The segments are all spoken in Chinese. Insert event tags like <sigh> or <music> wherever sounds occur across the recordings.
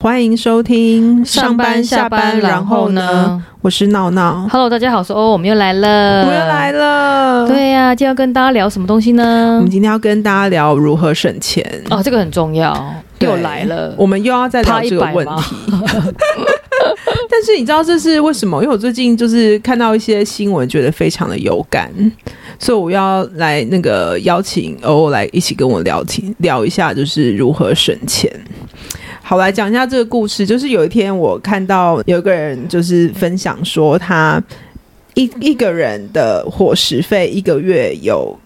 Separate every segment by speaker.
Speaker 1: 欢迎收听
Speaker 2: 上班下班，然后？呢
Speaker 1: 我是闹闹，
Speaker 2: ？Hello，大家好，我是欧，我们又来
Speaker 1: 我
Speaker 2: 了，
Speaker 1: 又来。了。，
Speaker 2: 对啊呀、今天要跟大家聊什么东西
Speaker 1: 我
Speaker 2: 呢
Speaker 1: 们？今天要跟大家聊如何省钱。
Speaker 2: 哦，这个很重要，
Speaker 1: 对
Speaker 2: 又来了。
Speaker 1: 我们又要再聊
Speaker 2: 趴
Speaker 1: 这个
Speaker 2: 100
Speaker 1: 问
Speaker 2: 吗
Speaker 1: 题。但是你知道这是为什么？因为我最近就是看到一些新闻，觉得非常的有感，所以我要来那个邀请欧欧来一起跟我聊天，聊一下就是如何省钱。好，来讲一下这个故事。就是有一天我看到有一个人就是分享说，他一一个人的伙食费一个月有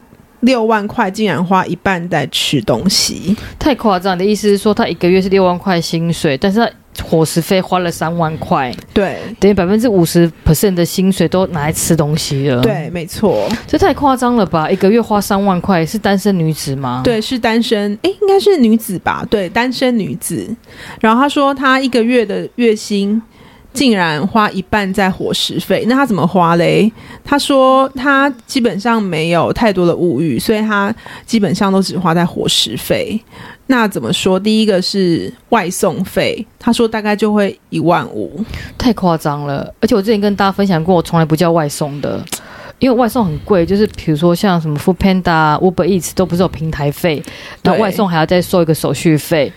Speaker 1: 六万块，竟然花一半在吃东西。
Speaker 2: 太夸张，你的意思是说他一个月是六万块薪水，但是他伙食费花了三万块，
Speaker 1: 对
Speaker 2: 等于百分之五十 percent 的薪水都拿来吃东西了。，
Speaker 1: 对，没错。
Speaker 2: 这太夸张了吧？一个月花三万块，是单身女子吗？，
Speaker 1: 对，是单身，诶，应该是女子吧？对，单身女子。然后她说，她一个月的月薪竟然花一半在伙食费，那她怎么花嘞？她说，她基本上没有太多的物欲，所以她基本上都只花在伙食费。那怎么说？第一个是外送费，她说大概就会一万五。
Speaker 2: 太夸张了。而且我之前跟大家分享过，我从来不叫外送的。因为外送很贵，就是比如说像什么 Food Panda、Uber Eats 都不是有平台费，然
Speaker 1: 对
Speaker 2: 后外送还要再收一个手续费，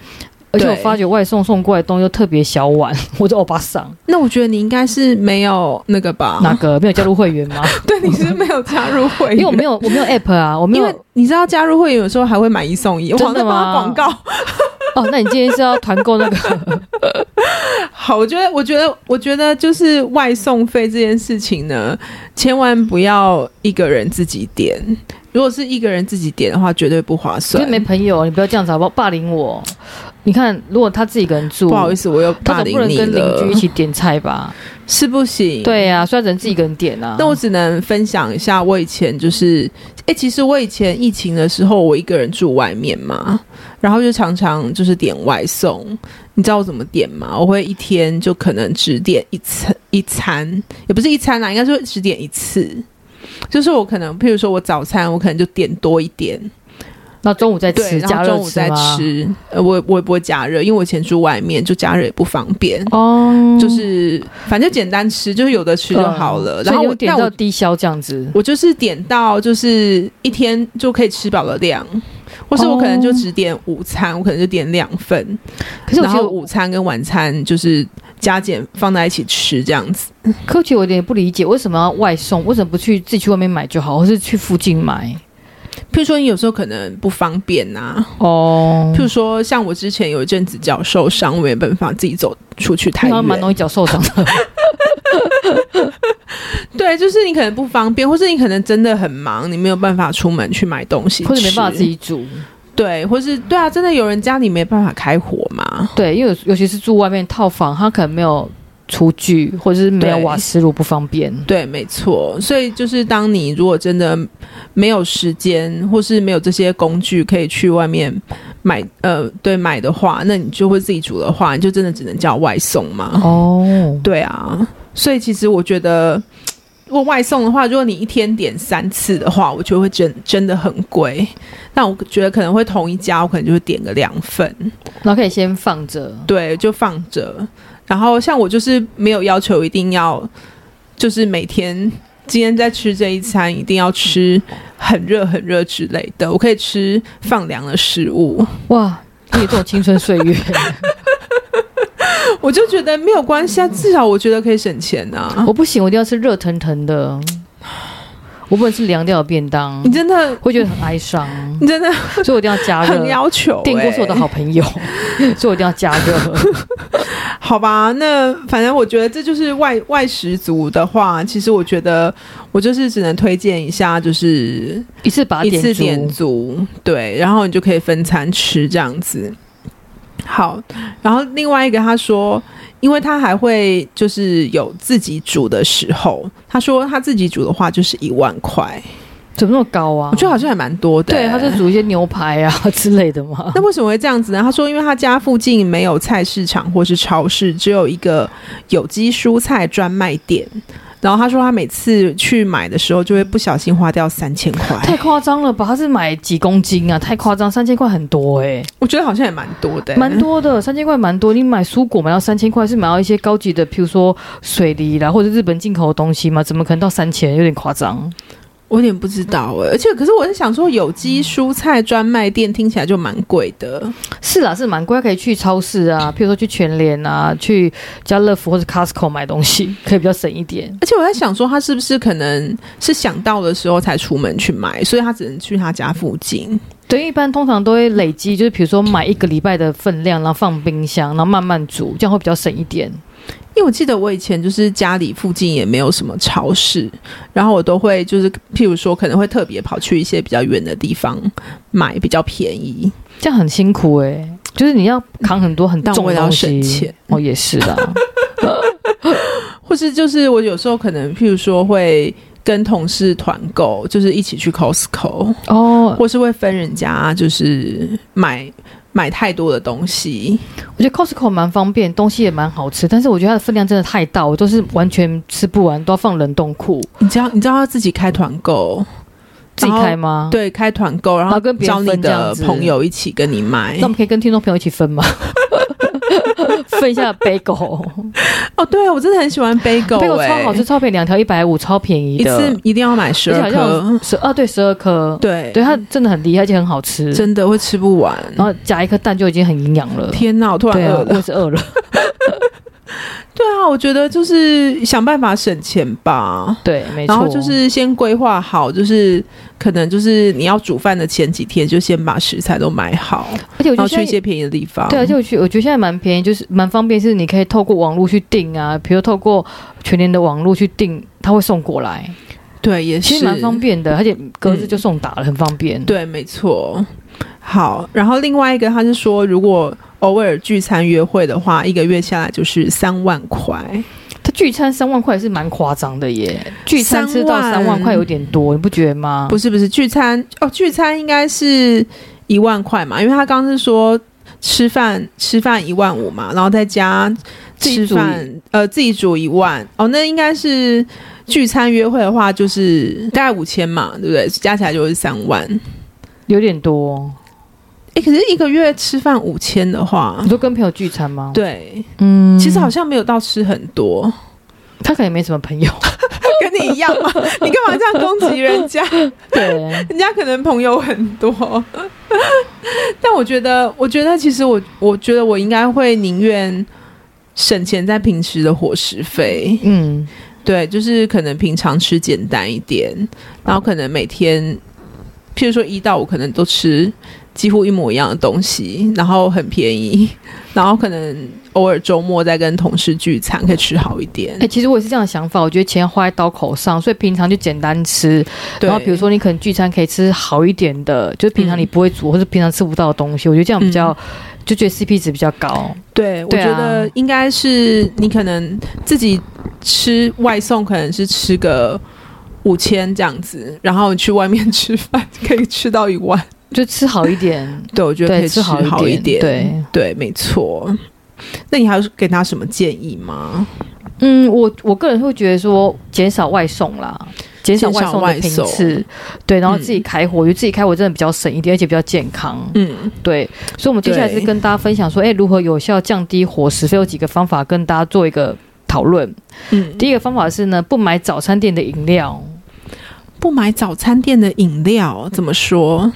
Speaker 2: 而且我
Speaker 1: 对
Speaker 2: 发觉外送送过来的东西都特别小碗， <laughs> 我就欧巴桑，
Speaker 1: 那我觉得你应该是没有那个吧？
Speaker 2: 哪个没有加入会员
Speaker 1: <laughs>
Speaker 2: 吗？
Speaker 1: 对，你是没有加入会员，
Speaker 2: 因为我没有我没有 app 啊，我
Speaker 1: 哎
Speaker 2: 没
Speaker 1: 因
Speaker 2: 有
Speaker 1: 为你知道加入会员有时候还会买一送一，我
Speaker 2: 真
Speaker 1: 好像在
Speaker 2: 的
Speaker 1: 帮他
Speaker 2: 吗
Speaker 1: 广告。
Speaker 2: 哦。那你今天是要团购那
Speaker 1: <laughs>
Speaker 2: 个？
Speaker 1: 好，我觉得，我觉得，我觉得就是外送费这件事情呢，千万不要一个人自己点。如果是一个人自己点的话，绝对不划
Speaker 2: 因为
Speaker 1: 算。
Speaker 2: 没朋友，你不要这样子好不好？霸凌我！你看，如果他自己一个人住，
Speaker 1: 不好意
Speaker 2: 思，
Speaker 1: 思，我又
Speaker 2: 他
Speaker 1: 霸
Speaker 2: 总
Speaker 1: 凌
Speaker 2: 不能
Speaker 1: 你
Speaker 2: 跟邻
Speaker 1: 了
Speaker 2: 居一，起点
Speaker 1: <laughs>
Speaker 2: 菜吧？
Speaker 1: 是不行。
Speaker 2: 对呀、所以他只能自己一个人点啊。
Speaker 1: 那我只能分享一下，我以前就是，哎、其实我以前疫情的时候，我一个人住外面嘛，然后就常常就是点外送。你知道我怎么点吗？我会一天就可能只点一餐，一餐也不是一餐啦，应该说只点一次。就是我可能，譬如说我早餐，我可能就点多一点，
Speaker 2: 那中午再
Speaker 1: 对，
Speaker 2: 吃，
Speaker 1: 然
Speaker 2: 加
Speaker 1: 后
Speaker 2: 热
Speaker 1: 中午再
Speaker 2: 吗？
Speaker 1: 吃。呃，我我也不会加热，因为我以前住外面，就加热也不方便。
Speaker 2: 哦，
Speaker 1: 就是反正简单吃，就是有的吃就好了。
Speaker 2: 嗯
Speaker 1: 然后
Speaker 2: 所以
Speaker 1: 我
Speaker 2: 有点
Speaker 1: 但我
Speaker 2: 到低消这样子。
Speaker 1: 我就是点到就是一天就可以吃饱的量，或是我可能就只点午餐，我可能就点两份，
Speaker 2: 哦可是我
Speaker 1: 然
Speaker 2: 觉得
Speaker 1: 后午餐跟晚餐就是加减放在一起吃这样子。
Speaker 2: 可我觉得我有点不理解，为什么要外送？为什么不去自己去外面买就好，或是去附近买？
Speaker 1: 譬如说你有时候可能不方便呐、
Speaker 2: 哦
Speaker 1: 譬，如说像我之前有一阵子脚受伤，我没办法自己走出去太
Speaker 2: 好像蛮
Speaker 1: 远。
Speaker 2: 容易脚受伤的。
Speaker 1: 对，就是你可能不方便，或是你可能真的很忙，你没有办法出门去买东西，
Speaker 2: 或者没 <laughs> 办法自。己煮。
Speaker 1: 对，或是对啊，真的有人家里没办法开火嘛？
Speaker 2: 对，因为有尤其是住外面套房，他可能没有厨具，或者是没有
Speaker 1: 对
Speaker 2: 瓦斯炉，不方便。
Speaker 1: 对，没错。所以就是，当你如果真的没有时间，或是没有这些工具可以去外面买，呃，对，买的话，那你就会自己煮的话，你就真的只能叫外送嘛。
Speaker 2: 哦，
Speaker 1: 对啊，所以其实我觉得，如果外送的话，如果你一天点三次的话，我觉得会真真的很贵。但我觉得可能会同一家，我可能就会点个两份。
Speaker 2: 然后可以先放着。
Speaker 1: 对，就放着。然后像我就是没有要求一定要，就是每天今天在吃这一餐一定要吃很热很热之类的，我可以吃放凉的食物， <laughs>
Speaker 2: 哇，你有这种青春岁月，
Speaker 1: 我就觉得没有关系啊，至少我觉得可以省钱啊。
Speaker 2: 我不行，我一定要吃热腾腾的，我不能吃凉掉的便当
Speaker 1: 你，真的，
Speaker 2: 会觉得很哀伤，
Speaker 1: 你真的
Speaker 2: 所以我一定要加热
Speaker 1: 很。要求、欸。
Speaker 2: 电锅是我的好朋
Speaker 1: <laughs>
Speaker 2: 友，所以我一定要加热。
Speaker 1: 好吧，那反正我觉得这就是外外食族的话，其实我觉得我就是只能推荐一下，就是
Speaker 2: 一次把它
Speaker 1: 一次
Speaker 2: 点足。
Speaker 1: 点足，对，然后你就可以分餐吃这样子。好，然后另外一个他说，因为他还会就是有自己煮的时候，他说他自己煮的话就是一万块，
Speaker 2: 怎么那么高啊？
Speaker 1: 我觉得好像还蛮多的、欸
Speaker 2: 对，他就。煮一些牛排啊之类的
Speaker 1: <laughs>
Speaker 2: 嘛。
Speaker 1: 那为什么会这样子呢？他说，因为他家附近没有菜市场或是超市，只有一个有机蔬菜专卖店，然后他说他每次去买的时候就会不小心花掉三千
Speaker 2: 太
Speaker 1: 块，
Speaker 2: 夸张了吧？他是买几公斤啊？太夸张，三千块很多哎、
Speaker 1: 我觉得好像也蛮多的、欸
Speaker 2: 蛮。多的，三千块蛮多。你买蔬果买到三千块，是买到一些高级的，譬如说水梨啦，或者日本进口的东西嘛？怎么可能到三千？有点夸张。
Speaker 1: 我有点不知道哎、而且可是我在想说，有机蔬菜专卖店听起来就蛮贵的，
Speaker 2: 是啦，是蛮贵，可以去超市啊，譬如说去全联啊，去家乐福或者 Costco 买东西，可以比较省一点。
Speaker 1: 而且我在想说，他是不是可能是想到的时候才出门去买，所以他只能去他家附近。
Speaker 2: 对，一般通常都会累积，就是比如说买一个礼拜的分量，然后放冰箱，然后慢慢煮，这样会比较省一点。
Speaker 1: 因为我记得我以前就是家里附近也没有什么超市，然后我都会就是譬如说可能会特别跑去一些比较远的地方买比较便宜，
Speaker 2: 这样很辛苦哎、
Speaker 1: 嗯
Speaker 2: 就是你要扛很多很
Speaker 1: 但
Speaker 2: 重
Speaker 1: 我
Speaker 2: 的
Speaker 1: 也要
Speaker 2: 东西。
Speaker 1: 省钱
Speaker 2: 哦，也是啦。 <laughs>
Speaker 1: 或是就是我有时候可能譬如说会跟同事团购，就是一起去 Costco，
Speaker 2: 哦，
Speaker 1: 或是会分人家就是买买太多的东西，
Speaker 2: 我觉得 Costco 蛮方便，东西也蛮好吃，但是我觉得它的分量真的太大，我都是完全吃不完，都要放冷冻库。
Speaker 1: 你知道你知道要自己开团购，
Speaker 2: 自己
Speaker 1: 然后
Speaker 2: 开吗？。
Speaker 1: 哦对，开团购，然
Speaker 2: 然
Speaker 1: 后
Speaker 2: 后跟别人
Speaker 1: 找你
Speaker 2: 分这样
Speaker 1: 的
Speaker 2: 子
Speaker 1: 朋友一起跟你买
Speaker 2: 那我。们可以跟听众朋友一起
Speaker 1: <laughs>
Speaker 2: 分吗？分一下 bagel，bagel
Speaker 1: 哦，对，我真的很喜欢 bagel，,
Speaker 2: 超好
Speaker 1: 欸
Speaker 2: 吃，超便宜，两条一百五，超便宜
Speaker 1: 一
Speaker 2: 的
Speaker 1: 次。一定要买十
Speaker 2: 而
Speaker 1: 二
Speaker 2: 且好像
Speaker 1: 颗
Speaker 2: 有，十二对十二颗，
Speaker 1: 对
Speaker 2: 对它真的很厉害，而且很好吃。
Speaker 1: 真的会吃不完。
Speaker 2: 然后加一颗蛋就已经很营养了。
Speaker 1: 天哪，我突然
Speaker 2: 对啊
Speaker 1: 饿，
Speaker 2: 我
Speaker 1: 了。
Speaker 2: 也是饿
Speaker 1: <laughs>
Speaker 2: 了。
Speaker 1: 对啊，我觉得就是想办法省钱吧。
Speaker 2: 对，没错。
Speaker 1: 然后就是先规划好，就是可能就是你要煮饭的前几天，就先把食材都买好，
Speaker 2: 而且我
Speaker 1: 然
Speaker 2: 觉
Speaker 1: 后
Speaker 2: 得现
Speaker 1: 去一
Speaker 2: 在
Speaker 1: 些便宜的地方。
Speaker 2: 对，而啊且我觉我觉得现在蛮便宜，就是蛮方便，是你可以透过网络去订啊，比如透过全年的网络去订，他会送过来，
Speaker 1: 对，也
Speaker 2: 其
Speaker 1: 是
Speaker 2: 实蛮方便的，而且格子就送达了，很方便。，
Speaker 1: 对，没错。好，然后另外一个他是说，如果偶尔聚餐约会的话，一个月下来就是三万块。
Speaker 2: 他聚餐三万块也是蛮夸张的耶，聚餐吃
Speaker 1: 三
Speaker 2: 到
Speaker 1: 万
Speaker 2: 三万块有点多，你不觉得吗？
Speaker 1: 不是不是，聚餐哦，聚餐应该是一万块嘛，因为他刚刚是说吃饭吃饭一万五嘛，然后再加
Speaker 2: 自己
Speaker 1: 吃
Speaker 2: 煮
Speaker 1: 饭呃自己煮一万哦，那应该是聚餐约会的话就是大概五千嘛，对不对？加起来就是三万。
Speaker 2: 有点多。
Speaker 1: 哎，可是一个月吃饭五千的话
Speaker 2: 你，说跟朋友聚餐吗？，
Speaker 1: 对，
Speaker 2: 嗯，
Speaker 1: 其实好像没有到吃很多，
Speaker 2: 他可能没什么朋友。
Speaker 1: <laughs> 跟你一样嘛，你干嘛这样攻击人 <laughs> 家？
Speaker 2: 对，
Speaker 1: 人家可能朋友很多， <laughs> 但我觉得，我觉得其实我，我觉得我应该会宁愿省钱在平时的伙食费，
Speaker 2: 嗯，
Speaker 1: 对，就是可能平常吃简单一点，然后可能每天，譬如说一到五可能都吃几乎一模一样的东西，然后很便宜，然后可能偶尔周末再跟同事聚餐可以吃好一点
Speaker 2: 哎、，其实我也是这样的想法，我觉得钱花在刀口上，所以平常就简单吃，
Speaker 1: 对，
Speaker 2: 然后比如说你可能聚餐可以吃好一点的，就是平常你不会煮、或者平常吃不到的东西，我觉得这样比较、就觉得 CP 值比较高。
Speaker 1: 对，我
Speaker 2: 对
Speaker 1: 觉
Speaker 2: 啊
Speaker 1: 得应该是你可能自己吃外送，可能是吃个五千这样子，然后你去外面吃饭可以吃到一万。
Speaker 2: 就吃好一 <laughs> 点，
Speaker 1: <laughs> 对，我觉得
Speaker 2: 对
Speaker 1: 可以
Speaker 2: 吃好
Speaker 1: 好
Speaker 2: 一
Speaker 1: 一
Speaker 2: 点对
Speaker 1: 对，没错。那你还有给他什么建议吗？
Speaker 2: 嗯，我我个人会觉得说减少外送啦，减少外送的嗯频
Speaker 1: 减少外
Speaker 2: 次，对，然后自己开火，我觉得自己开火真的比较省一点，而且比较健康，
Speaker 1: 嗯，
Speaker 2: 对，所以我们接下来是
Speaker 1: 对
Speaker 2: 跟大家分享说，哎，如何有效降低伙食费，有几个方法跟大家做一个讨论。
Speaker 1: 嗯
Speaker 2: 第一个方法是呢，不买早餐店的饮料。
Speaker 1: 不买早餐店的饮料怎么说？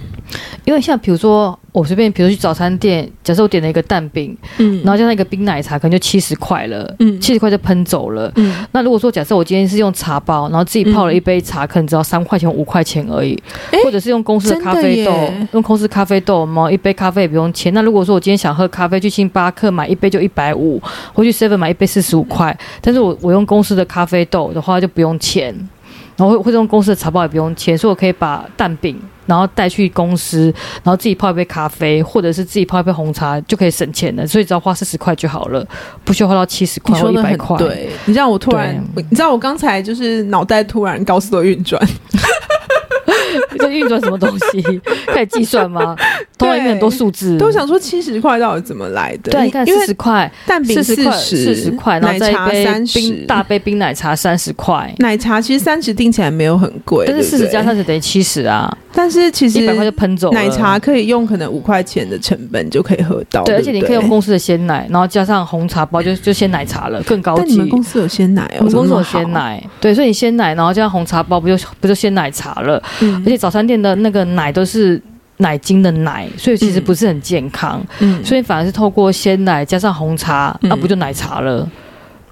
Speaker 2: 因为像比如说，我随便，比如说去早餐店，假设我点了一个蛋饼，
Speaker 1: 嗯
Speaker 2: 然后加上一个冰奶茶，可能就七十块了，
Speaker 1: 嗯
Speaker 2: 七十块就喷走了。
Speaker 1: 嗯，
Speaker 2: 那如果说假设我今天是用茶包，然后自己泡了一杯茶，可能只要三块钱五块钱而已，
Speaker 1: 诶
Speaker 2: 或者是用公司的咖啡豆
Speaker 1: 真的耶，
Speaker 2: 用公司咖啡豆嘛，一杯咖啡也不用钱。那如果说我今天想喝咖啡，去星巴克买一杯就一百五，或去 Seven 买一杯四十五块，但是我我用公司的咖啡豆的话就不用钱，然后或或者用公司的茶包也不用钱，所以我可以把蛋饼。然后带去公司，然后自己泡一杯咖啡，或者是自己泡一杯红茶，就可以省钱了。所以只要花四十块就好了，不需要花到七十
Speaker 1: 你
Speaker 2: 块或
Speaker 1: 说
Speaker 2: 一
Speaker 1: 的
Speaker 2: 百
Speaker 1: 很
Speaker 2: 块。
Speaker 1: 对，你让我突然，你知道我刚才就是脑袋突然高速的运转，
Speaker 2: <laughs>
Speaker 1: <laughs>
Speaker 2: 在运转什么东西？开始计算吗？头脑里面很多数字，
Speaker 1: 都想说七十块到底怎么来的？
Speaker 2: 对，你看
Speaker 1: 因
Speaker 2: 四
Speaker 1: 为
Speaker 2: 十块，
Speaker 1: 蛋饼
Speaker 2: 四十块，四十块，然后
Speaker 1: 奶
Speaker 2: 再
Speaker 1: 茶
Speaker 2: 一杯
Speaker 1: 三
Speaker 2: 冰
Speaker 1: 十，
Speaker 2: 大杯冰奶茶三十块，
Speaker 1: 奶茶其实三十听起来没有很贵，
Speaker 2: 但是
Speaker 1: 对不
Speaker 2: 四十加
Speaker 1: 对
Speaker 2: 三十等于七十啊，
Speaker 1: 但是其实
Speaker 2: 一百块就喷走了。
Speaker 1: 奶茶可以用可能五块钱的成本就可以喝到，对，
Speaker 2: 对，而且你可以用。公司的鲜奶，然后加上红茶包，就就鲜奶茶了，更高
Speaker 1: 哎但你
Speaker 2: 级。
Speaker 1: 们公司有鲜奶哦，
Speaker 2: 我们公司
Speaker 1: 怎么那
Speaker 2: 有
Speaker 1: 么好
Speaker 2: 鲜，奶，对，所以你鲜奶，然后加上红茶包，不就不就鲜奶茶了？
Speaker 1: 嗯
Speaker 2: 而且早餐店的那个奶都是奶精的奶，所以其实不是很健康，
Speaker 1: 嗯
Speaker 2: 所以反而是透过鲜奶加上红茶，那、
Speaker 1: 嗯
Speaker 2: 不就奶茶了？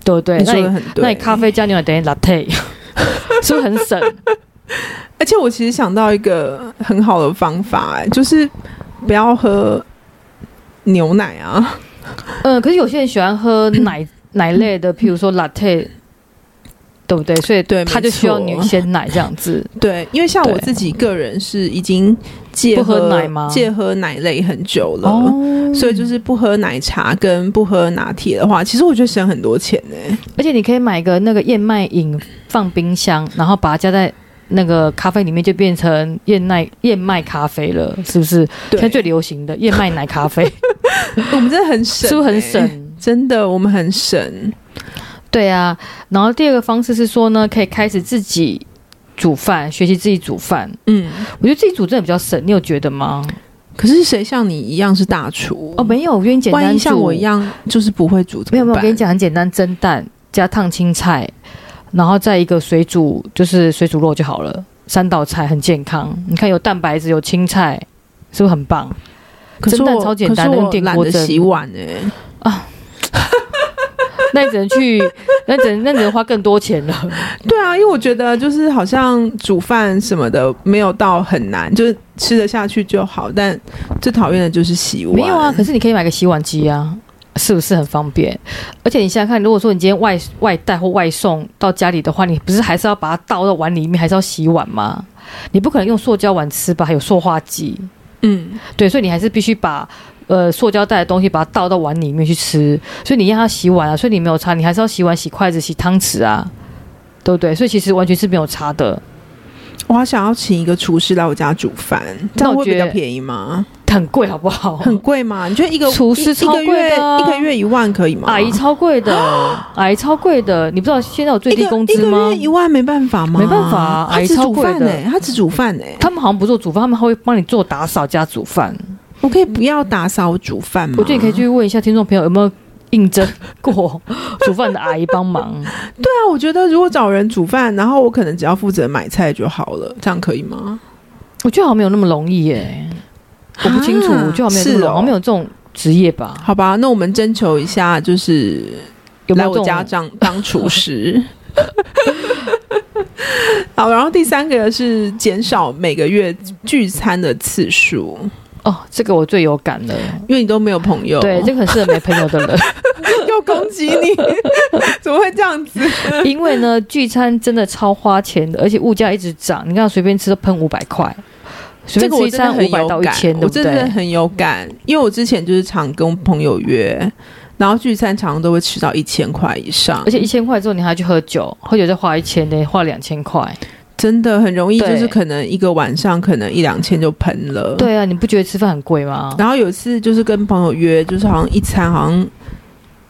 Speaker 2: 对不对？
Speaker 1: 你
Speaker 2: 那
Speaker 1: 说的
Speaker 2: 你
Speaker 1: 很对。
Speaker 2: 那你咖啡加牛奶等于 latte，是不是很省？
Speaker 1: <laughs> 而且我其实想到一个很好的方法、哎就是不要喝牛奶啊，
Speaker 2: 嗯、可是有些人喜欢喝
Speaker 1: <coughs>
Speaker 2: 奶奶类的，譬如说 latte。对不对？所以
Speaker 1: 对
Speaker 2: 他就
Speaker 1: 没错
Speaker 2: 需要牛鲜奶这样子。
Speaker 1: 对，因为像我
Speaker 2: 对
Speaker 1: 自己个人是已经戒
Speaker 2: 不喝奶吗哦
Speaker 1: 戒喝奶类很久了。，所以就是不喝奶茶跟不喝拿铁的话，其实我觉得省很多钱呢、哎
Speaker 2: 而且你可以买个那个燕麦饮放冰箱，然后把它加在那个咖啡里面，就变成燕麦燕麦咖啡了，是不是？现在
Speaker 1: 对，
Speaker 2: 最流行的燕麦奶咖啡，
Speaker 1: 我们 <laughs> 真的很省、
Speaker 2: 是不是很
Speaker 1: 哎？
Speaker 2: 省？
Speaker 1: 真的，我们很省。
Speaker 2: 对啊。然后第二个方式是说呢，可以开始自己煮饭，学习自己煮饭。
Speaker 1: 嗯，
Speaker 2: 我觉得自己煮真的比较省，你有觉得吗？
Speaker 1: 可是谁像你一样是大厨？
Speaker 2: 哦，没有，我跟你简单
Speaker 1: 万一像
Speaker 2: 煮
Speaker 1: 我一样就是不会煮，怎
Speaker 2: 没有没
Speaker 1: 么
Speaker 2: 有，我
Speaker 1: 办？
Speaker 2: 跟你讲很简单，蒸蛋加烫青菜，然后再一个水煮，就是水煮肉就好了。三道菜很健康，你看有蛋白质，有青菜，是不是很棒？
Speaker 1: 可是
Speaker 2: 蒸蛋
Speaker 1: 我
Speaker 2: 超简单
Speaker 1: 可是
Speaker 2: 用
Speaker 1: 我
Speaker 2: 电
Speaker 1: 懒
Speaker 2: 锅
Speaker 1: 得
Speaker 2: 蒸
Speaker 1: 洗碗哎、
Speaker 2: 那你只能去，那只能那只能花更多钱了。
Speaker 1: 对啊，因为我觉得就是好像煮饭什么的没有到很难，就是吃得下去就好。但最讨厌的就是洗碗。
Speaker 2: 没有啊，可是你可以买个洗碗机啊，是不是很方便？而且你想想看，如果说你今天外外带或外送到家里的话，你不是还是要把它倒到碗里面，还是要洗碗吗？你不可能用塑胶碗吃吧？还有塑化剂，
Speaker 1: 嗯，
Speaker 2: 对，所以你还是必须把呃塑胶袋的东西把它倒到碗里面去吃，所以你让它洗碗啊，所以你没有擦，你还是要洗碗、洗筷子、洗汤匙啊，对不对？所以其实完全是没有差的，
Speaker 1: 我好想要请一个厨师来我家煮饭，这
Speaker 2: 那
Speaker 1: 样
Speaker 2: 我
Speaker 1: 会比
Speaker 2: 觉
Speaker 1: 较
Speaker 2: 得
Speaker 1: 便宜吗？
Speaker 2: 很贵好不好？
Speaker 1: 很贵吗？你觉得一个
Speaker 2: 哦厨师
Speaker 1: 一
Speaker 2: 超
Speaker 1: 一个
Speaker 2: 贵
Speaker 1: 月
Speaker 2: 的啊
Speaker 1: 一个月一万可以吗？
Speaker 2: 阿姨超贵的，阿姨超贵的，你不知道现在有最
Speaker 1: 一
Speaker 2: 低
Speaker 1: 个
Speaker 2: 工
Speaker 1: 一
Speaker 2: 资
Speaker 1: 个
Speaker 2: 吗
Speaker 1: 月？一万没办法吗？
Speaker 2: 没办法啊阿
Speaker 1: 他
Speaker 2: 姨
Speaker 1: 只
Speaker 2: 超
Speaker 1: 煮
Speaker 2: 贵
Speaker 1: 饭
Speaker 2: 的
Speaker 1: 哎，他只煮饭哎，
Speaker 2: 他们好像不做煮饭，他们会帮你做打扫加煮饭。
Speaker 1: 我可以不要打扫我煮饭吗？
Speaker 2: 我觉得你可以去问一下听众朋友有没有应征过 <laughs> 煮饭的阿姨帮忙。
Speaker 1: 那我觉得如果找人煮饭，然后我可能只要负责买菜就好了，这样可以吗？
Speaker 2: 我觉得好像没有那么容易耶、我不清楚，
Speaker 1: 啊
Speaker 2: 我觉得好像
Speaker 1: 是
Speaker 2: 没有那么容易，
Speaker 1: 哦
Speaker 2: 好像没有这种职业吧？
Speaker 1: 好吧，那我们征求一下，就是
Speaker 2: 有
Speaker 1: 来
Speaker 2: 没有这
Speaker 1: 我
Speaker 2: 种
Speaker 1: 家当当厨
Speaker 2: <laughs>
Speaker 1: 师。好，然后第三个是减少每个月聚餐的次数，
Speaker 2: 哦，这个我最有感了。哦
Speaker 1: 因为你都没有朋友，
Speaker 2: 对，这个很适合没朋友的 <laughs> 人，
Speaker 1: <laughs> 又攻击
Speaker 2: <laughs>
Speaker 1: 你，怎么会这样子？
Speaker 2: 因为呢，聚餐真的超花钱的，而且物价一直涨。你看，随便吃都喷五百块，随
Speaker 1: 这
Speaker 2: 便
Speaker 1: 个
Speaker 2: 吃
Speaker 1: 我
Speaker 2: 一
Speaker 1: 真的
Speaker 2: 餐
Speaker 1: 很
Speaker 2: 五百
Speaker 1: 有
Speaker 2: 到一
Speaker 1: 感
Speaker 2: 千，，对
Speaker 1: 我
Speaker 2: 不
Speaker 1: 真的
Speaker 2: 对？
Speaker 1: 很有感，因为我之前就是常跟朋友约，然后聚餐常常都会吃到一千块以上
Speaker 2: 而，且一千块之后，你还要去喝酒，喝酒再花一千呢，花两千块。
Speaker 1: 真的很容易，就
Speaker 2: 对
Speaker 1: 是可能一个晚上可能一两千就喷了。。
Speaker 2: 对啊，你不觉得吃饭很贵吗？
Speaker 1: 然后有一次就是跟朋友约，就是好像一餐好像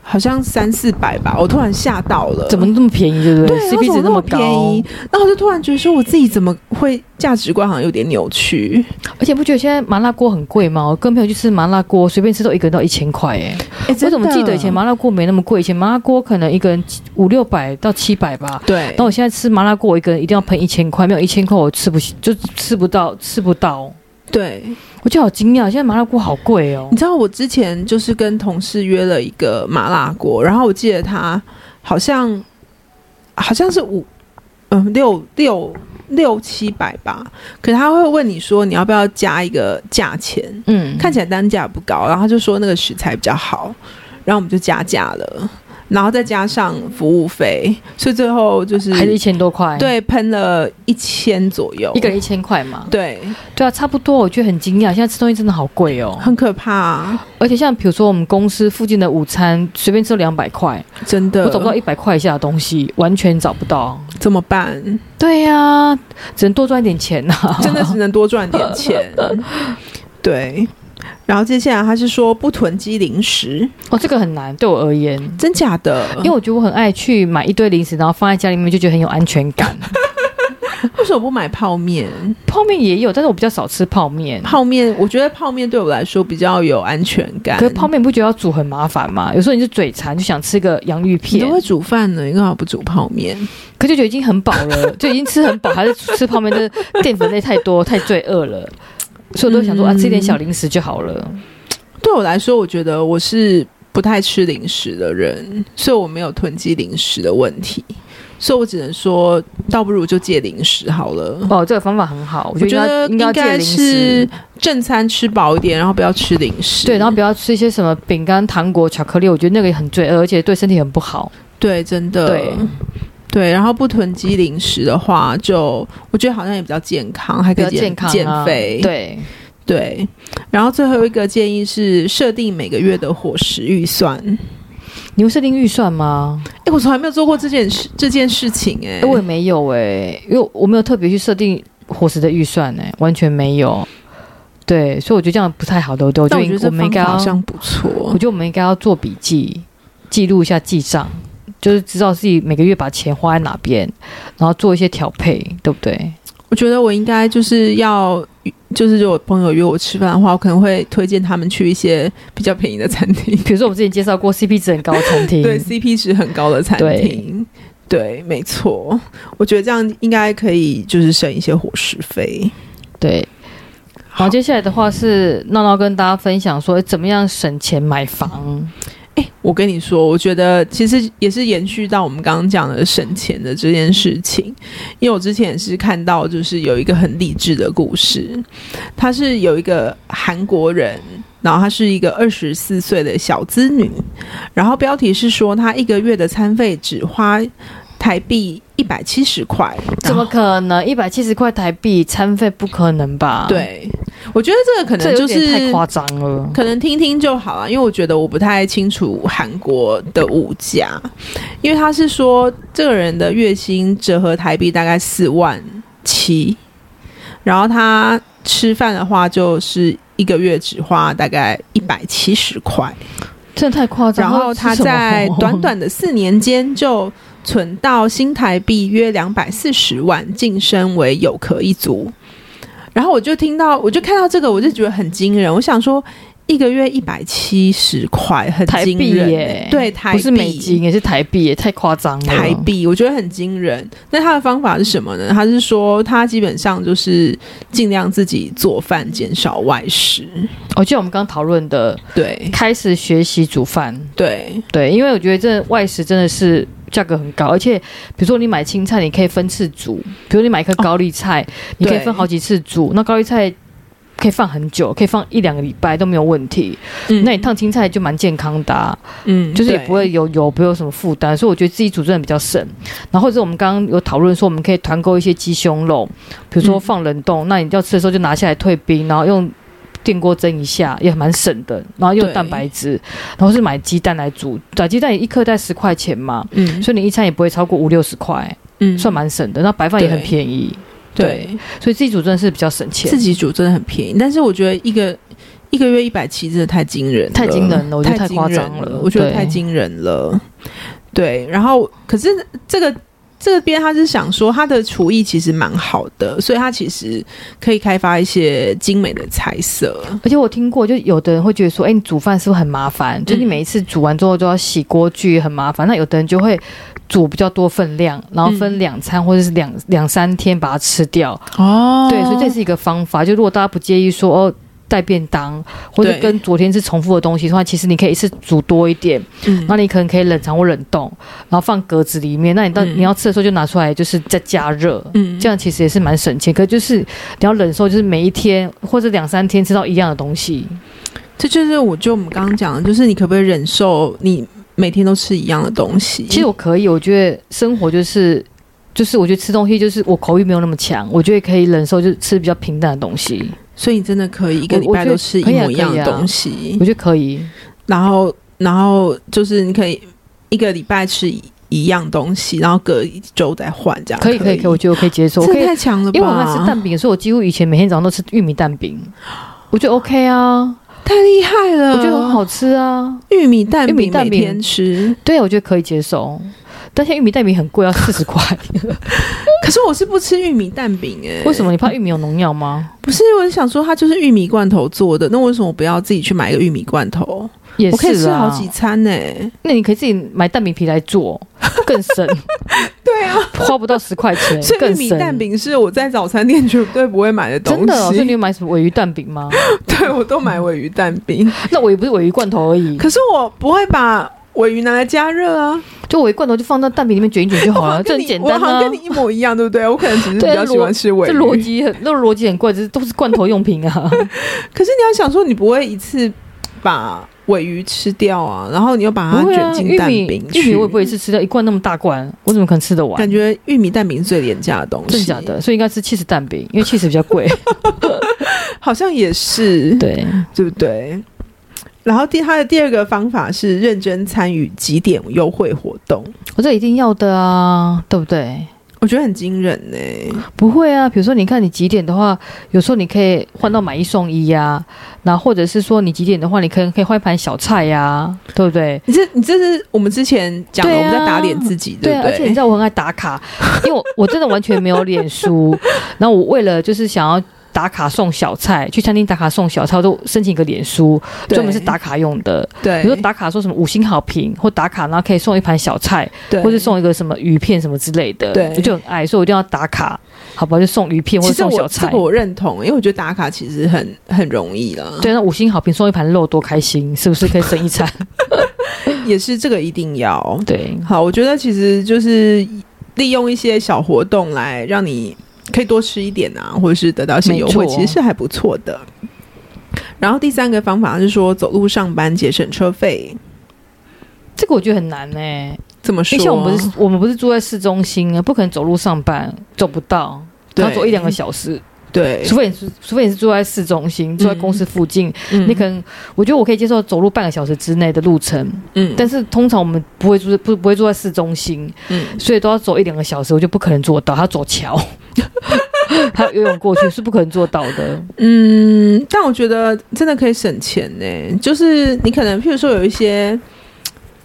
Speaker 1: 好像三四百吧，我突然吓到了，
Speaker 2: 呃怎么那么便宜，对不
Speaker 1: 对为
Speaker 2: ？CP
Speaker 1: 什
Speaker 2: 值
Speaker 1: 么
Speaker 2: 那
Speaker 1: 么
Speaker 2: 高
Speaker 1: 便，宜？然后我就突然觉得说我自己怎么会价值观好像有点扭曲？
Speaker 2: 而且不觉得现在麻辣锅很贵吗？我跟朋友去吃麻辣锅，随便吃都一个人都一千块哎。
Speaker 1: 哎，
Speaker 2: 我
Speaker 1: 真
Speaker 2: 怎么
Speaker 1: 的
Speaker 2: 记得以前？麻辣锅没那么贵？以前麻辣锅可能一个人七五六百到七百吧。
Speaker 1: 对
Speaker 2: 那，我现在吃麻辣锅，我一个人一定要喷一千块，没有一千块我吃不起，就吃不到，吃不到。
Speaker 1: 对，
Speaker 2: 我就好惊讶，现在麻辣锅好贵哦
Speaker 1: 你。知道我之前就是跟同事约了一个麻辣锅，然后我记得他好像好像是五嗯六六六七百吧，可他会问你说你要不要加一个价钱，
Speaker 2: 嗯，
Speaker 1: 看起来单价不高，然后他就说那个食材比较好，然后我们就加价了，然后再加上服务费，所以最后就是
Speaker 2: 还是一千多块，，
Speaker 1: 对喷了一千左右
Speaker 2: 一个人一千块嘛。
Speaker 1: 对，
Speaker 2: 对啊，差不多，我觉得很惊讶，现在吃东西真的好贵哦。
Speaker 1: 很可怕、
Speaker 2: 而且像比如说我们公司附近的午餐，随便吃两百块，
Speaker 1: 真的，
Speaker 2: 我找不到一百块以下的东西，完全找不到。
Speaker 1: 怎么办？
Speaker 2: 对呀、
Speaker 1: 啊
Speaker 2: <laughs> 只能多赚一点钱呐、啊 <laughs>
Speaker 1: 真的只能多赚点钱。对，然后接下来他是说不囤积零食，
Speaker 2: 哦，这个很难对我而言，
Speaker 1: 真假的？
Speaker 2: 因为我觉得我很爱去买一堆零食，然后放在家里面，就觉得很有安全
Speaker 1: <laughs>
Speaker 2: 感。
Speaker 1: 为什么不买泡面？
Speaker 2: 泡面也有，但是我比较少吃泡面。
Speaker 1: 泡面，我觉得泡面对我来说比较有安全感。
Speaker 2: 可是泡面你不觉得要煮很麻烦吗？有时候你就嘴馋，就想吃个洋芋
Speaker 1: 你
Speaker 2: 片
Speaker 1: 都，会煮饭呢，你干嘛不煮泡面？
Speaker 2: 可就觉得已经很饱
Speaker 1: <laughs>
Speaker 2: 了，就已经吃很饱，还是吃泡面，就是淀粉类太多，太罪恶了。所以我都想说、
Speaker 1: 嗯
Speaker 2: 啊，吃一点小零食就好了。
Speaker 1: 对我来说，我觉得我是不太吃零食的人，所以我没有囤积零食的问题，所以我只能说，倒不如就戒零食好
Speaker 2: <laughs>
Speaker 1: 了。
Speaker 2: 哦，这个方法很好，我
Speaker 1: 我
Speaker 2: 觉
Speaker 1: 觉
Speaker 2: 得
Speaker 1: 得
Speaker 2: 应该
Speaker 1: 应
Speaker 2: 要戒
Speaker 1: 该
Speaker 2: 零
Speaker 1: 是
Speaker 2: 食。
Speaker 1: 正餐吃饱一点，然后不要吃零食。
Speaker 2: 对，然后不要吃一些什么饼干、糖果、巧克力，我觉得那个也很罪恶，而且对身体很不好。
Speaker 1: 呃对，真的
Speaker 2: 对
Speaker 1: 对然后不囤积零食的话，就我觉得好像也比较健康，还
Speaker 2: 比
Speaker 1: 可
Speaker 2: 较
Speaker 1: 以减
Speaker 2: 健康、啊、
Speaker 1: 减肥。
Speaker 2: 对，
Speaker 1: 对，然后最后一个建议是设定每个月的伙食预算。
Speaker 2: 你会设定预算吗？
Speaker 1: 哎、我从来没有做过这件事这件事情、诶，
Speaker 2: 哎、我也没有哎、因为我没有特别去设定伙食的预算哎、完全没有。对，所以我觉得这样不太好的，对我觉
Speaker 1: 但
Speaker 2: 得
Speaker 1: 我觉得
Speaker 2: 我
Speaker 1: 这
Speaker 2: 们应
Speaker 1: 方
Speaker 2: 该
Speaker 1: 法
Speaker 2: 要
Speaker 1: 好，像不
Speaker 2: 我
Speaker 1: 错
Speaker 2: 觉。得我们应该要做笔记，记录一下记账，就是知道自己每个月把钱花在哪边，然后做一些调配，对不对？
Speaker 1: 我觉得我应该就是要，就是如果朋友约我吃饭的话，我可能会推荐他们去一些比较便宜的餐厅，
Speaker 2: 比如说我们之前介绍过 CP 值很高的餐厅，
Speaker 1: 对 CP 值很高的餐厅。对，没错，我觉得这样应该可以，就是省一些伙食费。
Speaker 2: 对。好，
Speaker 1: 好
Speaker 2: 接下来的话是闹闹跟大家分享说诶哎怎么样省钱买房。
Speaker 1: 我跟你说，我觉得其实也是延续到我们刚刚讲的省钱的这件事情，因为我之前也是看到，就是有一个很励志的故事，她是有一个韩国人，然后她是一个二十四岁的小资女，然后标题是说她一个月的餐费只花台币一百七十块，
Speaker 2: 怎么
Speaker 1: 然后？
Speaker 2: 可能？一百七十块台币餐费不可能吧？，
Speaker 1: 对，我觉得这个可
Speaker 2: 啊这
Speaker 1: 能
Speaker 2: 有
Speaker 1: 就
Speaker 2: 点
Speaker 1: 是
Speaker 2: 太夸张了。
Speaker 1: 可能听听就好啊了，因为我觉得我不太清楚韩国的物价，因为他是说这个人的月薪折合台币大概四万七，然后他吃饭的话就是一个月只花大概一百七十块，
Speaker 2: 真的太夸张
Speaker 1: 然
Speaker 2: 了。
Speaker 1: 后他
Speaker 2: 是什么
Speaker 1: 在短短的四年间就存到新台币约两百四十万，晋升为有壳一族。然后我就听到，我就看到这个，我就觉得很惊人。我想说，一个月一百七十块，很
Speaker 2: 台
Speaker 1: 惊
Speaker 2: 币
Speaker 1: 人、
Speaker 2: 耶，
Speaker 1: 对，台币
Speaker 2: 不是美金，哦也是台币耶，太夸张了。
Speaker 1: 台币，我觉得很惊人。那他的方法是什么呢？他是说，他基本上就是尽量自己做饭，减少外食。
Speaker 2: 哦，就像我们刚刚讨论的，
Speaker 1: 对
Speaker 2: 开始学习煮饭。
Speaker 1: 对
Speaker 2: 对，因为我觉得这外食真的是价格很高，而且比如说你买青菜，你可以分次煮，比如你买一颗高丽菜，你可以
Speaker 1: 哦对
Speaker 2: 分好几次煮，那高丽菜。可以放很久，可以放一两个礼拜都没有问题。
Speaker 1: 嗯
Speaker 2: 那你烫青菜就蛮健康的、啊，
Speaker 1: 嗯
Speaker 2: 就是也
Speaker 1: 对
Speaker 2: 不会有油，不会有什么负担，所以我觉得自己煮真的比较省。然后或者我们刚刚有讨论说，我们可以团购一些鸡胸肉，比如说
Speaker 1: 嗯
Speaker 2: 放冷冻，那你要吃的时候就拿下来退冰，然后用电锅蒸一下，也蛮省的。然后用
Speaker 1: 对
Speaker 2: 蛋白质，然后是买鸡蛋来煮，打鸡蛋一颗在十块钱嘛，
Speaker 1: 嗯
Speaker 2: 所以你一餐也不会超过五六十块，
Speaker 1: 嗯
Speaker 2: 算蛮省的。那白饭也很
Speaker 1: 对
Speaker 2: 便宜，
Speaker 1: 对。
Speaker 2: 所以自己煮真的是比较省钱
Speaker 1: 自。己煮真的很便宜，但是我觉得一个一个月一百七真的太惊人了，
Speaker 2: 太惊人了我觉得太夸张
Speaker 1: 惊
Speaker 2: 了
Speaker 1: 人我觉得
Speaker 2: 对
Speaker 1: 太惊人了。对，然后可是这个这边他是想说他的厨艺其实蛮好的，所以他其实可以开发一些精美的菜色。
Speaker 2: 而且我听过，就有的人会觉得说，哎、你煮饭是不是很麻烦？
Speaker 1: 嗯
Speaker 2: 就是你每一次煮完之后都要洗锅具，很麻烦。那有的人就会煮比较多分量，然后分
Speaker 1: 嗯
Speaker 2: 两餐或者是两两三天把它吃掉。
Speaker 1: 哦
Speaker 2: 对，所以这是一个方法。就如果大家不介意说哦。带便当，或者
Speaker 1: 对
Speaker 2: 跟昨天是重复的东西的话，其实你可以一次煮多一点，
Speaker 1: 嗯
Speaker 2: 那你可能可以冷藏或冷冻，然后放格子里面。那你到、
Speaker 1: 嗯
Speaker 2: 你要吃的时候就拿出来，就是再加热，
Speaker 1: 嗯
Speaker 2: 这样其实也是蛮省钱。可就是你要忍受，就是每一天或者两三天吃到一样的东西，
Speaker 1: 这就是我就我们刚刚讲的，就是你可不可以忍受你每天都吃一样的东西？
Speaker 2: 其实我可以，我觉得生活就是就是，我觉得吃东西就是我口欲没有那么强，我觉得可以忍受，就是吃比较平淡的东西，
Speaker 1: 所以你真的可以一个礼
Speaker 2: 我我
Speaker 1: 拜
Speaker 2: 觉得
Speaker 1: 都吃一
Speaker 2: 可以啊
Speaker 1: 模一样
Speaker 2: 可以
Speaker 1: 的
Speaker 2: 啊
Speaker 1: 东西
Speaker 2: 我，觉得可以。
Speaker 1: 然后然后就是你可以一个礼拜吃一一样东西，然后隔一周再换，这样
Speaker 2: 可以可以可以，我觉得我可以接受，我
Speaker 1: 这
Speaker 2: 可以
Speaker 1: 也，太强了吧？
Speaker 2: 因为我爱吃蛋饼，所以我几乎以前每天早上都吃玉米蛋饼，我觉得 OK 啊。
Speaker 1: 太厉害了，
Speaker 2: 我觉得很。好吃啊。
Speaker 1: 玉米蛋
Speaker 2: 玉米
Speaker 1: 饼
Speaker 2: 蛋
Speaker 1: 每
Speaker 2: 饼
Speaker 1: 天吃，
Speaker 2: 对，啊我觉得可以接受。但现在玉米蛋饼很贵，
Speaker 1: <laughs>
Speaker 2: 要四十块。
Speaker 1: 可是我是不吃玉米蛋饼哎、
Speaker 2: 为什么？你怕玉米有农药吗？
Speaker 1: 不是，我是想说它就是玉米罐头做的，那为什么我不要自己去买一个玉米罐头？
Speaker 2: 也
Speaker 1: 我可以
Speaker 2: 是
Speaker 1: 吃好
Speaker 2: 啊，
Speaker 1: 几餐呢、
Speaker 2: 那你可以自己买蛋饼皮来做，更省，
Speaker 1: <laughs> 对啊，
Speaker 2: 花不到十块钱
Speaker 1: 所，以玉
Speaker 2: 更
Speaker 1: 米
Speaker 2: 省。
Speaker 1: 蛋饼是我在早餐店绝对不会买的东西。
Speaker 2: 真的、哦，所以你有买什么尾鱼蛋饼吗？
Speaker 1: <laughs>
Speaker 2: <laughs>
Speaker 1: 对我都买尾鱼蛋饼，
Speaker 2: 那尾鱼不是尾鱼罐头而已，
Speaker 1: 可是我不会把尾鱼拿来加热啊。
Speaker 2: 就尾鱼罐头就放到蛋饼里面卷一卷就好
Speaker 1: 我
Speaker 2: 了，
Speaker 1: 好像
Speaker 2: 这
Speaker 1: 跟
Speaker 2: 很
Speaker 1: 你
Speaker 2: 简
Speaker 1: 我
Speaker 2: 单
Speaker 1: 好像
Speaker 2: 啊
Speaker 1: 跟。你一模一样，对不对？我可能只是比
Speaker 2: 对啊
Speaker 1: 较喜欢吃尾
Speaker 2: 这逻
Speaker 1: 鱼。
Speaker 2: 辑很，那逻辑很怪，这都是罐头用品啊。
Speaker 1: 可是你要想说，你不会一次把尾鱼吃掉啊，然后你又把它
Speaker 2: <laughs> 不会
Speaker 1: 卷
Speaker 2: <laughs> 啊，
Speaker 1: 进
Speaker 2: 玉
Speaker 1: 蛋
Speaker 2: 米
Speaker 1: 饼
Speaker 2: 玉
Speaker 1: 去，
Speaker 2: 米我也不会吃吃掉一罐那么大罐，我怎么可能吃得完
Speaker 1: 感？觉玉米蛋饼是最廉价的东西，
Speaker 2: 真的假？的？所以应该吃 cheese 蛋饼，因为 cheese 比较 <laughs> 贵。
Speaker 1: 好像也是，
Speaker 2: 对，
Speaker 1: 对不对？然后第他的第二个方法是认真参与几点优惠活动，
Speaker 2: 我这一定要的啊，对不对？
Speaker 1: 我觉得很惊人呢、
Speaker 2: 不会啊，比如说你看你几点的话，有时候你可以换到买一送一呀、然后或者是说你几点的话，你可以可以换一盘小菜呀、对不对？
Speaker 1: 你这你这是我们之前讲的，
Speaker 2: 对啊
Speaker 1: 我们在打脸自己，
Speaker 2: 对
Speaker 1: 不
Speaker 2: 啊，
Speaker 1: 对？
Speaker 2: 而且你知道我很爱打卡， <laughs> 因为我我真的完全没有脸书，然后我为了就是想要打卡送小菜，去餐厅打卡送小菜，我都申请一个脸书，
Speaker 1: 对
Speaker 2: 专门是打卡用的。
Speaker 1: 对，
Speaker 2: 比如说打卡说什么五星好评，或打卡然后可以送一盘小菜，
Speaker 1: 对，
Speaker 2: 或是送一个什么鱼片什么之类的，
Speaker 1: 对
Speaker 2: 我就很爱，所以我一定要打卡，好吧，就送鱼片或
Speaker 1: 其
Speaker 2: 者
Speaker 1: 实
Speaker 2: 送小
Speaker 1: 我这
Speaker 2: 菜
Speaker 1: 个。我认同，因为我觉得打卡其实很很容易啦。，
Speaker 2: 对，那五星好评送一盘肉多开心，是不是可以省
Speaker 1: <laughs>
Speaker 2: 一餐？
Speaker 1: 也是这个一定要。
Speaker 2: 对，
Speaker 1: 好，我觉得其实就是利用一些小活动来让你可以多吃一点啊，或者是得到一些优惠，
Speaker 2: 没错
Speaker 1: 其实是还不错的。然后第三个方法是说走路上班节省车费，
Speaker 2: 这个我觉得很难欸呢、
Speaker 1: 这么
Speaker 2: 因
Speaker 1: 说，啊
Speaker 2: 为像我们不是我们不是住在市中心啊，不可能走路上班，走不到，
Speaker 1: 对
Speaker 2: 要走一两个小时，
Speaker 1: 对，
Speaker 2: 除非你是除非你是住在市中心，住在公司附近，
Speaker 1: 嗯
Speaker 2: 你可能我觉得我可以接受走路半个小时之内的路程，
Speaker 1: 嗯
Speaker 2: 但是通常我们不会住不不会住在市中心，
Speaker 1: 嗯
Speaker 2: 所以都要走一两个小时，我就不可能做到，还要走
Speaker 1: <laughs>
Speaker 2: 桥，还要游泳过去是不可能做到的。
Speaker 1: 嗯，但我觉得真的可以省钱呢、就是你可能譬如说有一些。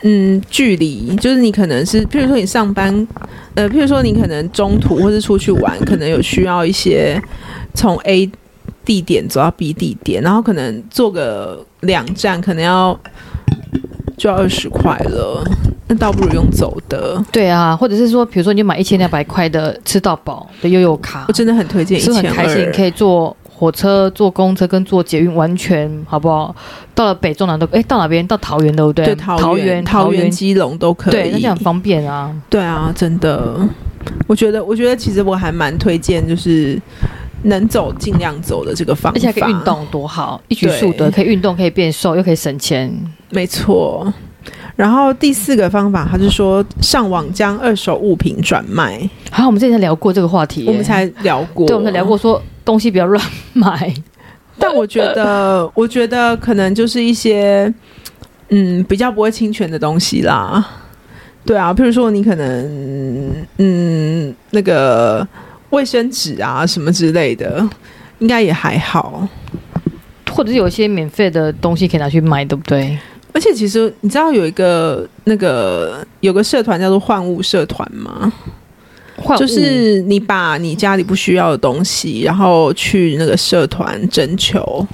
Speaker 1: 嗯，距离就是你可能是，譬如说你上班，呃，譬如说你可能中途或是出去玩，可能有需要一些从 A 地点走到 B 地点，然后可能坐个两站，可能要就要二十块了，那倒不如用走的。
Speaker 2: 对啊，或者是说，比如说你就买一千两百块的吃到饱的悠游卡
Speaker 1: 我，真的很推荐一
Speaker 2: 是不是
Speaker 1: 千
Speaker 2: 很开心，可以坐火车、坐公车跟坐捷运，完全好不好？到了北中南都，哎，到哪边？到桃园对不对？
Speaker 1: 对
Speaker 2: 桃
Speaker 1: 桃园、
Speaker 2: 桃
Speaker 1: 桃园、基隆都可以，
Speaker 2: 对，那这样很方便啊。
Speaker 1: 对啊，真的，我觉得，我觉得其实我还蛮推荐，就是能走尽量走的这个方法，
Speaker 2: 而且还可以运，动，多好，一举数
Speaker 1: 对
Speaker 2: 得，可以运动，可以变瘦，又可以省钱。
Speaker 1: 没错。然后第四个方法，他是说上网将二手物品转卖，
Speaker 2: 好，我们之前聊过这个话题耶，
Speaker 1: 我们才聊过，
Speaker 2: 对，我们才聊过。说东西不要乱买。 <laughs>
Speaker 1: 但我觉得，我觉得可能就是一些嗯比较不会侵权的东西啦。对啊，譬如说你可能嗯那个卫生纸啊什么之类的，应该也还好。
Speaker 2: 或者是有一些免费的东西可以拿去卖，对不对？
Speaker 1: 而且其实你知道有一个那个有个社团叫做换物社团吗？
Speaker 2: 换
Speaker 1: 就
Speaker 2: 物
Speaker 1: 是你把你家里不需要的东西，然后去那个社团征求，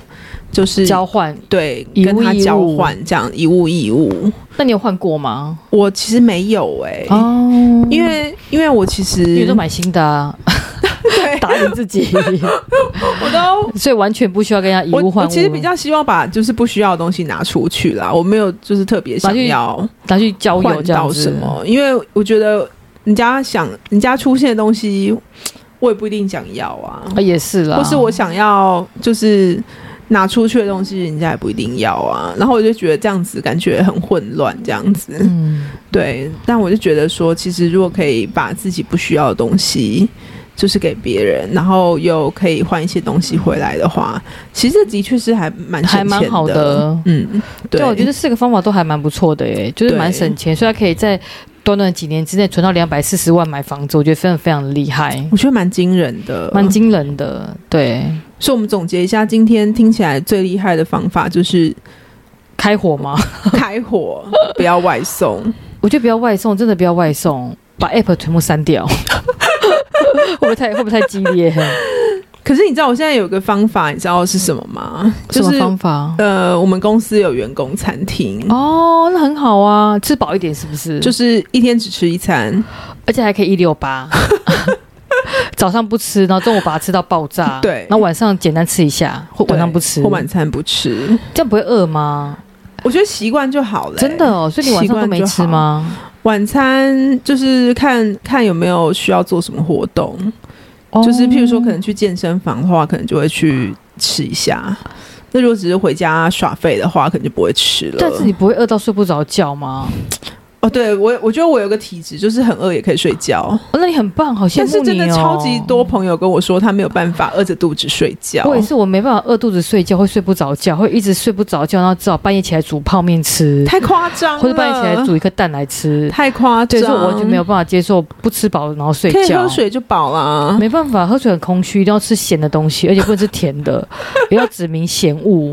Speaker 1: 就是
Speaker 2: 交换，
Speaker 1: 对
Speaker 2: 以物
Speaker 1: 跟他
Speaker 2: 易
Speaker 1: 交
Speaker 2: 物
Speaker 1: 换这样一物一物。
Speaker 2: 那你有换过吗？
Speaker 1: 我其实没有哎、
Speaker 2: 哦，
Speaker 1: 因为因为我其实
Speaker 2: 因为都买新
Speaker 1: <laughs>
Speaker 2: 的、啊， <laughs> 打理自己，
Speaker 1: 我都。
Speaker 2: 所以完全不需要跟人家以
Speaker 1: 我
Speaker 2: 物换
Speaker 1: 我
Speaker 2: 物。
Speaker 1: 其实比较希望把就是不需要的东西拿出去啦，我没有就是特别想
Speaker 2: 拿去
Speaker 1: 要
Speaker 2: 拿去交友
Speaker 1: 换
Speaker 2: 这样
Speaker 1: 到
Speaker 2: 子，
Speaker 1: 什么，因为我觉得人家想人家出现的东西，我也不一定想要啊，
Speaker 2: 啊也是啦。
Speaker 1: 或是我想要就是拿出去的东西，人家也不一定要啊。然后我就觉得这样子感觉很混乱，这样子。
Speaker 2: 嗯，
Speaker 1: 对，但我就觉得说，其实如果可以把自己不需要的东西，就是给别人，然后又可以换一些东西回来的话，其实这的确是还蛮省
Speaker 2: 还蛮
Speaker 1: 钱
Speaker 2: 好
Speaker 1: 的。
Speaker 2: 的。
Speaker 1: 嗯，对，
Speaker 2: 对，我觉得四个方法都还蛮不错的耶，就是
Speaker 1: 对
Speaker 2: 蛮省钱，所以它可以在短短几年之内存到两百四十万买房子，我觉得非常非常厉害，
Speaker 1: 我觉得蛮惊人的，
Speaker 2: 蛮惊人的。对，
Speaker 1: 所以，我们总结一下，今天听起来最厉害的方法就是 <laughs>
Speaker 2: 开火吗？
Speaker 1: 开火，不要外送。
Speaker 2: 我觉得不要外送，真的不要外送，把 app 全部
Speaker 1: <laughs>
Speaker 2: 删掉。会不会太会不会太激烈？
Speaker 1: 可是你知道我现在有个方法，你知道是什么吗？
Speaker 2: 什
Speaker 1: 就
Speaker 2: 么
Speaker 1: 是
Speaker 2: 方法？
Speaker 1: 呃，我们公司有员工餐厅，
Speaker 2: 哦，那很好啊，吃饱一点是不是？就
Speaker 1: 就是一天只吃一餐。
Speaker 2: 而且还可以一六
Speaker 1: <laughs>
Speaker 2: 八，早上不吃，然后中午把它吃到爆炸，
Speaker 1: 对
Speaker 2: 然后晚上简单吃一下，或晚上不吃，
Speaker 1: 我晚餐不吃，
Speaker 2: 这样不会饿吗？
Speaker 1: 我觉得习惯就好了、
Speaker 2: 真的，哦，所以你晚上都没吃吗？
Speaker 1: 晚餐就是看看有没有需要做什么活动，
Speaker 2: 哦
Speaker 1: 就是譬如说可能去健身房的话，可能就会去吃一下。那如果只是回家耍废的话，可能就不会吃了。
Speaker 2: 但是你不会饿到睡不着觉吗？
Speaker 1: 哦，对我我觉得我有个体质，就是很饿也可以睡觉。
Speaker 2: 哦那你很棒，好羡
Speaker 1: 但
Speaker 2: 慕你
Speaker 1: 是
Speaker 2: 哦！
Speaker 1: 真的超级多，朋友跟我说，他没有办法饿着肚子睡觉。
Speaker 2: 我也是，我没办法饿肚子睡觉，会睡不着觉，会一直睡不着觉，然后只好半夜起来煮泡面吃，
Speaker 1: 太夸张了，
Speaker 2: 或者半夜起来煮一颗蛋来吃。
Speaker 1: 太夸张，
Speaker 2: 对，所以我完全没有办法接受不吃饱然后睡
Speaker 1: 可以
Speaker 2: 觉
Speaker 1: 喝。水就饱啦。
Speaker 2: 没办法，喝水很空虚，一定要吃咸的东西， <laughs> 而且不能吃甜的，不要指明嫌恶，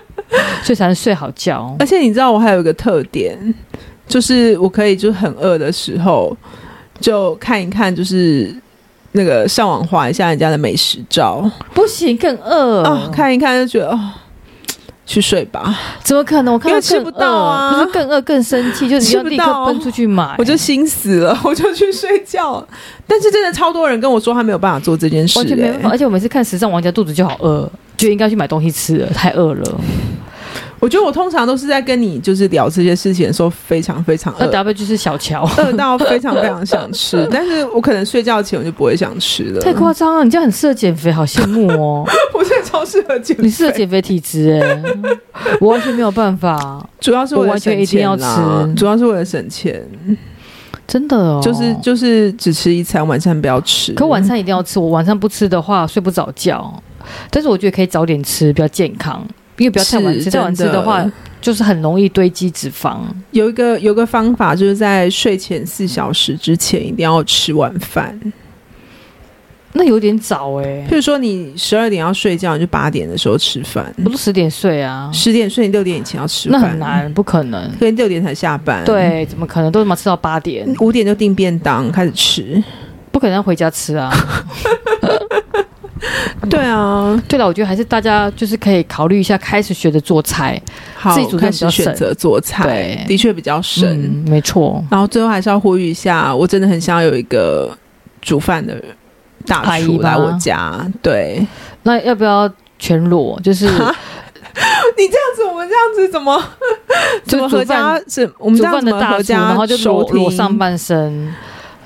Speaker 2: <laughs> 所以才能睡好觉。
Speaker 1: 而且你知道我还有一个特点，就是我可以就是很饿的时候就看一看，就是那个上网划一下人家的美食照
Speaker 2: 不行，更饿、
Speaker 1: 啊，看一看就觉得哦，去睡吧，
Speaker 2: 怎么可能？我看
Speaker 1: 因
Speaker 2: 到
Speaker 1: 为吃
Speaker 2: 更
Speaker 1: 不到啊
Speaker 2: 饿可是更饿更生
Speaker 1: <laughs>
Speaker 2: 气，就是你要
Speaker 1: 吃不
Speaker 2: 立
Speaker 1: 到
Speaker 2: 刻奔出去买。
Speaker 1: 我就心死了， <laughs> 我就去睡觉了。但是真的超多人跟我说他没有办法做这件事、
Speaker 2: 完全没办法，
Speaker 1: 欸，
Speaker 2: 而且我每次看时尚玩家肚子就好饿，就应该去买东西吃了，太饿了。
Speaker 1: 我觉得我通常都是在跟你就是聊这些事情的时候，非常非常
Speaker 2: 那
Speaker 1: 饿。
Speaker 2: W 就是
Speaker 1: <laughs>
Speaker 2: 小乔，
Speaker 1: 饿到非常非常想吃，
Speaker 2: <laughs>
Speaker 1: 但是我可能睡觉前我就不会想吃了。
Speaker 2: 太夸张了，你这样很适合减肥，好羡慕哦。
Speaker 1: <laughs> 我现在超适合
Speaker 2: <laughs>
Speaker 1: 减肥，
Speaker 2: 你适合减肥体质哎、
Speaker 1: <laughs>
Speaker 2: 我完全没有办法，
Speaker 1: 主要是为了省
Speaker 2: 我完全一定
Speaker 1: 钱
Speaker 2: 要
Speaker 1: 啦
Speaker 2: 吃
Speaker 1: 主要是为了省钱，
Speaker 2: 真的哦。
Speaker 1: 就是就是只吃一餐，晚餐不要吃。
Speaker 2: 可晚餐一定要吃，我晚上不吃的话睡不着觉。但是我觉得可以早点吃，比较健康，因为不要太晚
Speaker 1: 是
Speaker 2: 吃，太晚吃
Speaker 1: 真的
Speaker 2: 的话就是很容易堆积脂肪。
Speaker 1: 有一个有一个方法，就是在睡前四小时之前一定要吃晚饭。
Speaker 2: 那有点早哎、
Speaker 1: 譬如说你十二点要睡觉，你就八点的时候吃饭，
Speaker 2: 我都十点睡啊，
Speaker 1: 十点睡，你六点以前要吃
Speaker 2: 那
Speaker 1: 饭，
Speaker 2: 很，难，不可能。
Speaker 1: 可能六点才下班。。
Speaker 2: 对，怎么可能都他妈吃到八点？
Speaker 1: 五点就订便当开始吃，
Speaker 2: 不可能要回家吃
Speaker 1: <laughs>
Speaker 2: 啊！嗯
Speaker 1: 对啊，
Speaker 2: 对了，我觉得还是大家就是可以考虑一下，开始学着做菜。
Speaker 1: 好，
Speaker 2: 自己煮
Speaker 1: 开
Speaker 2: 饭比
Speaker 1: 始
Speaker 2: 较省
Speaker 1: 选择做菜
Speaker 2: 对，
Speaker 1: 的确比较省。
Speaker 2: 嗯，没错，
Speaker 1: 然后最后还是要呼吁一下，我真的很想要有一个煮饭的大
Speaker 2: 阿姨
Speaker 1: 厨
Speaker 2: 吗
Speaker 1: 来我家。对，
Speaker 2: 那要不要全裸？就是
Speaker 1: 但是我们这样子怎么怎么
Speaker 2: 煮
Speaker 1: 合
Speaker 2: 饭
Speaker 1: 家是？我们
Speaker 2: 煮
Speaker 1: 这样
Speaker 2: 饭
Speaker 1: 怎
Speaker 2: 的
Speaker 1: 么
Speaker 2: 大
Speaker 1: 合
Speaker 2: 厨，
Speaker 1: 家
Speaker 2: 然后就
Speaker 1: 收
Speaker 2: 裸裸
Speaker 1: 听？
Speaker 2: 上半身，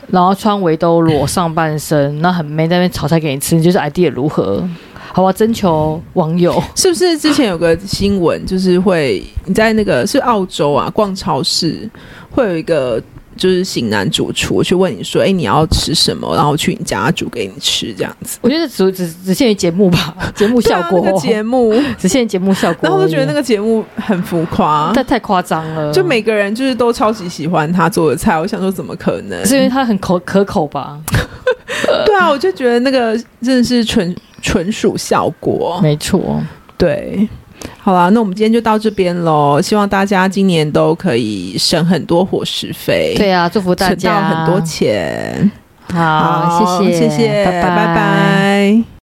Speaker 2: 然后穿围兜裸上半身，那很 man 在那边炒菜给你吃，你就是 idea 如何？好吧，征求网
Speaker 1: <laughs>
Speaker 2: 友，
Speaker 1: 是不是之前有个新闻，就是会你在那个是澳洲啊，逛超市会有一个。就是型男主厨去问你说：“哎、你要吃什么？”然后去你家煮给你吃，这样子
Speaker 2: 我觉得只只只限于节目吧，节目效果，
Speaker 1: 对啊那个节目，
Speaker 2: <laughs> 只限于节目效果而已。
Speaker 1: 然后我就觉得那个节目很浮夸，
Speaker 2: 但太夸张了，
Speaker 1: 就每个人就是都超级喜欢他做的菜，我想说怎么可能？
Speaker 2: 是因为它很口可口吧？
Speaker 1: 对啊，我就觉得那个真的是纯纯属效果。
Speaker 2: 没错。
Speaker 1: 对，好啦，那我们今天就到这边喽。希望大家今年都可以省很多伙食费，
Speaker 2: 对啊，祝福大
Speaker 1: 存
Speaker 2: 家
Speaker 1: 到很多钱。
Speaker 2: 好，谢
Speaker 1: 谢
Speaker 2: 谢，
Speaker 1: 谢，
Speaker 2: 拜
Speaker 1: 拜拜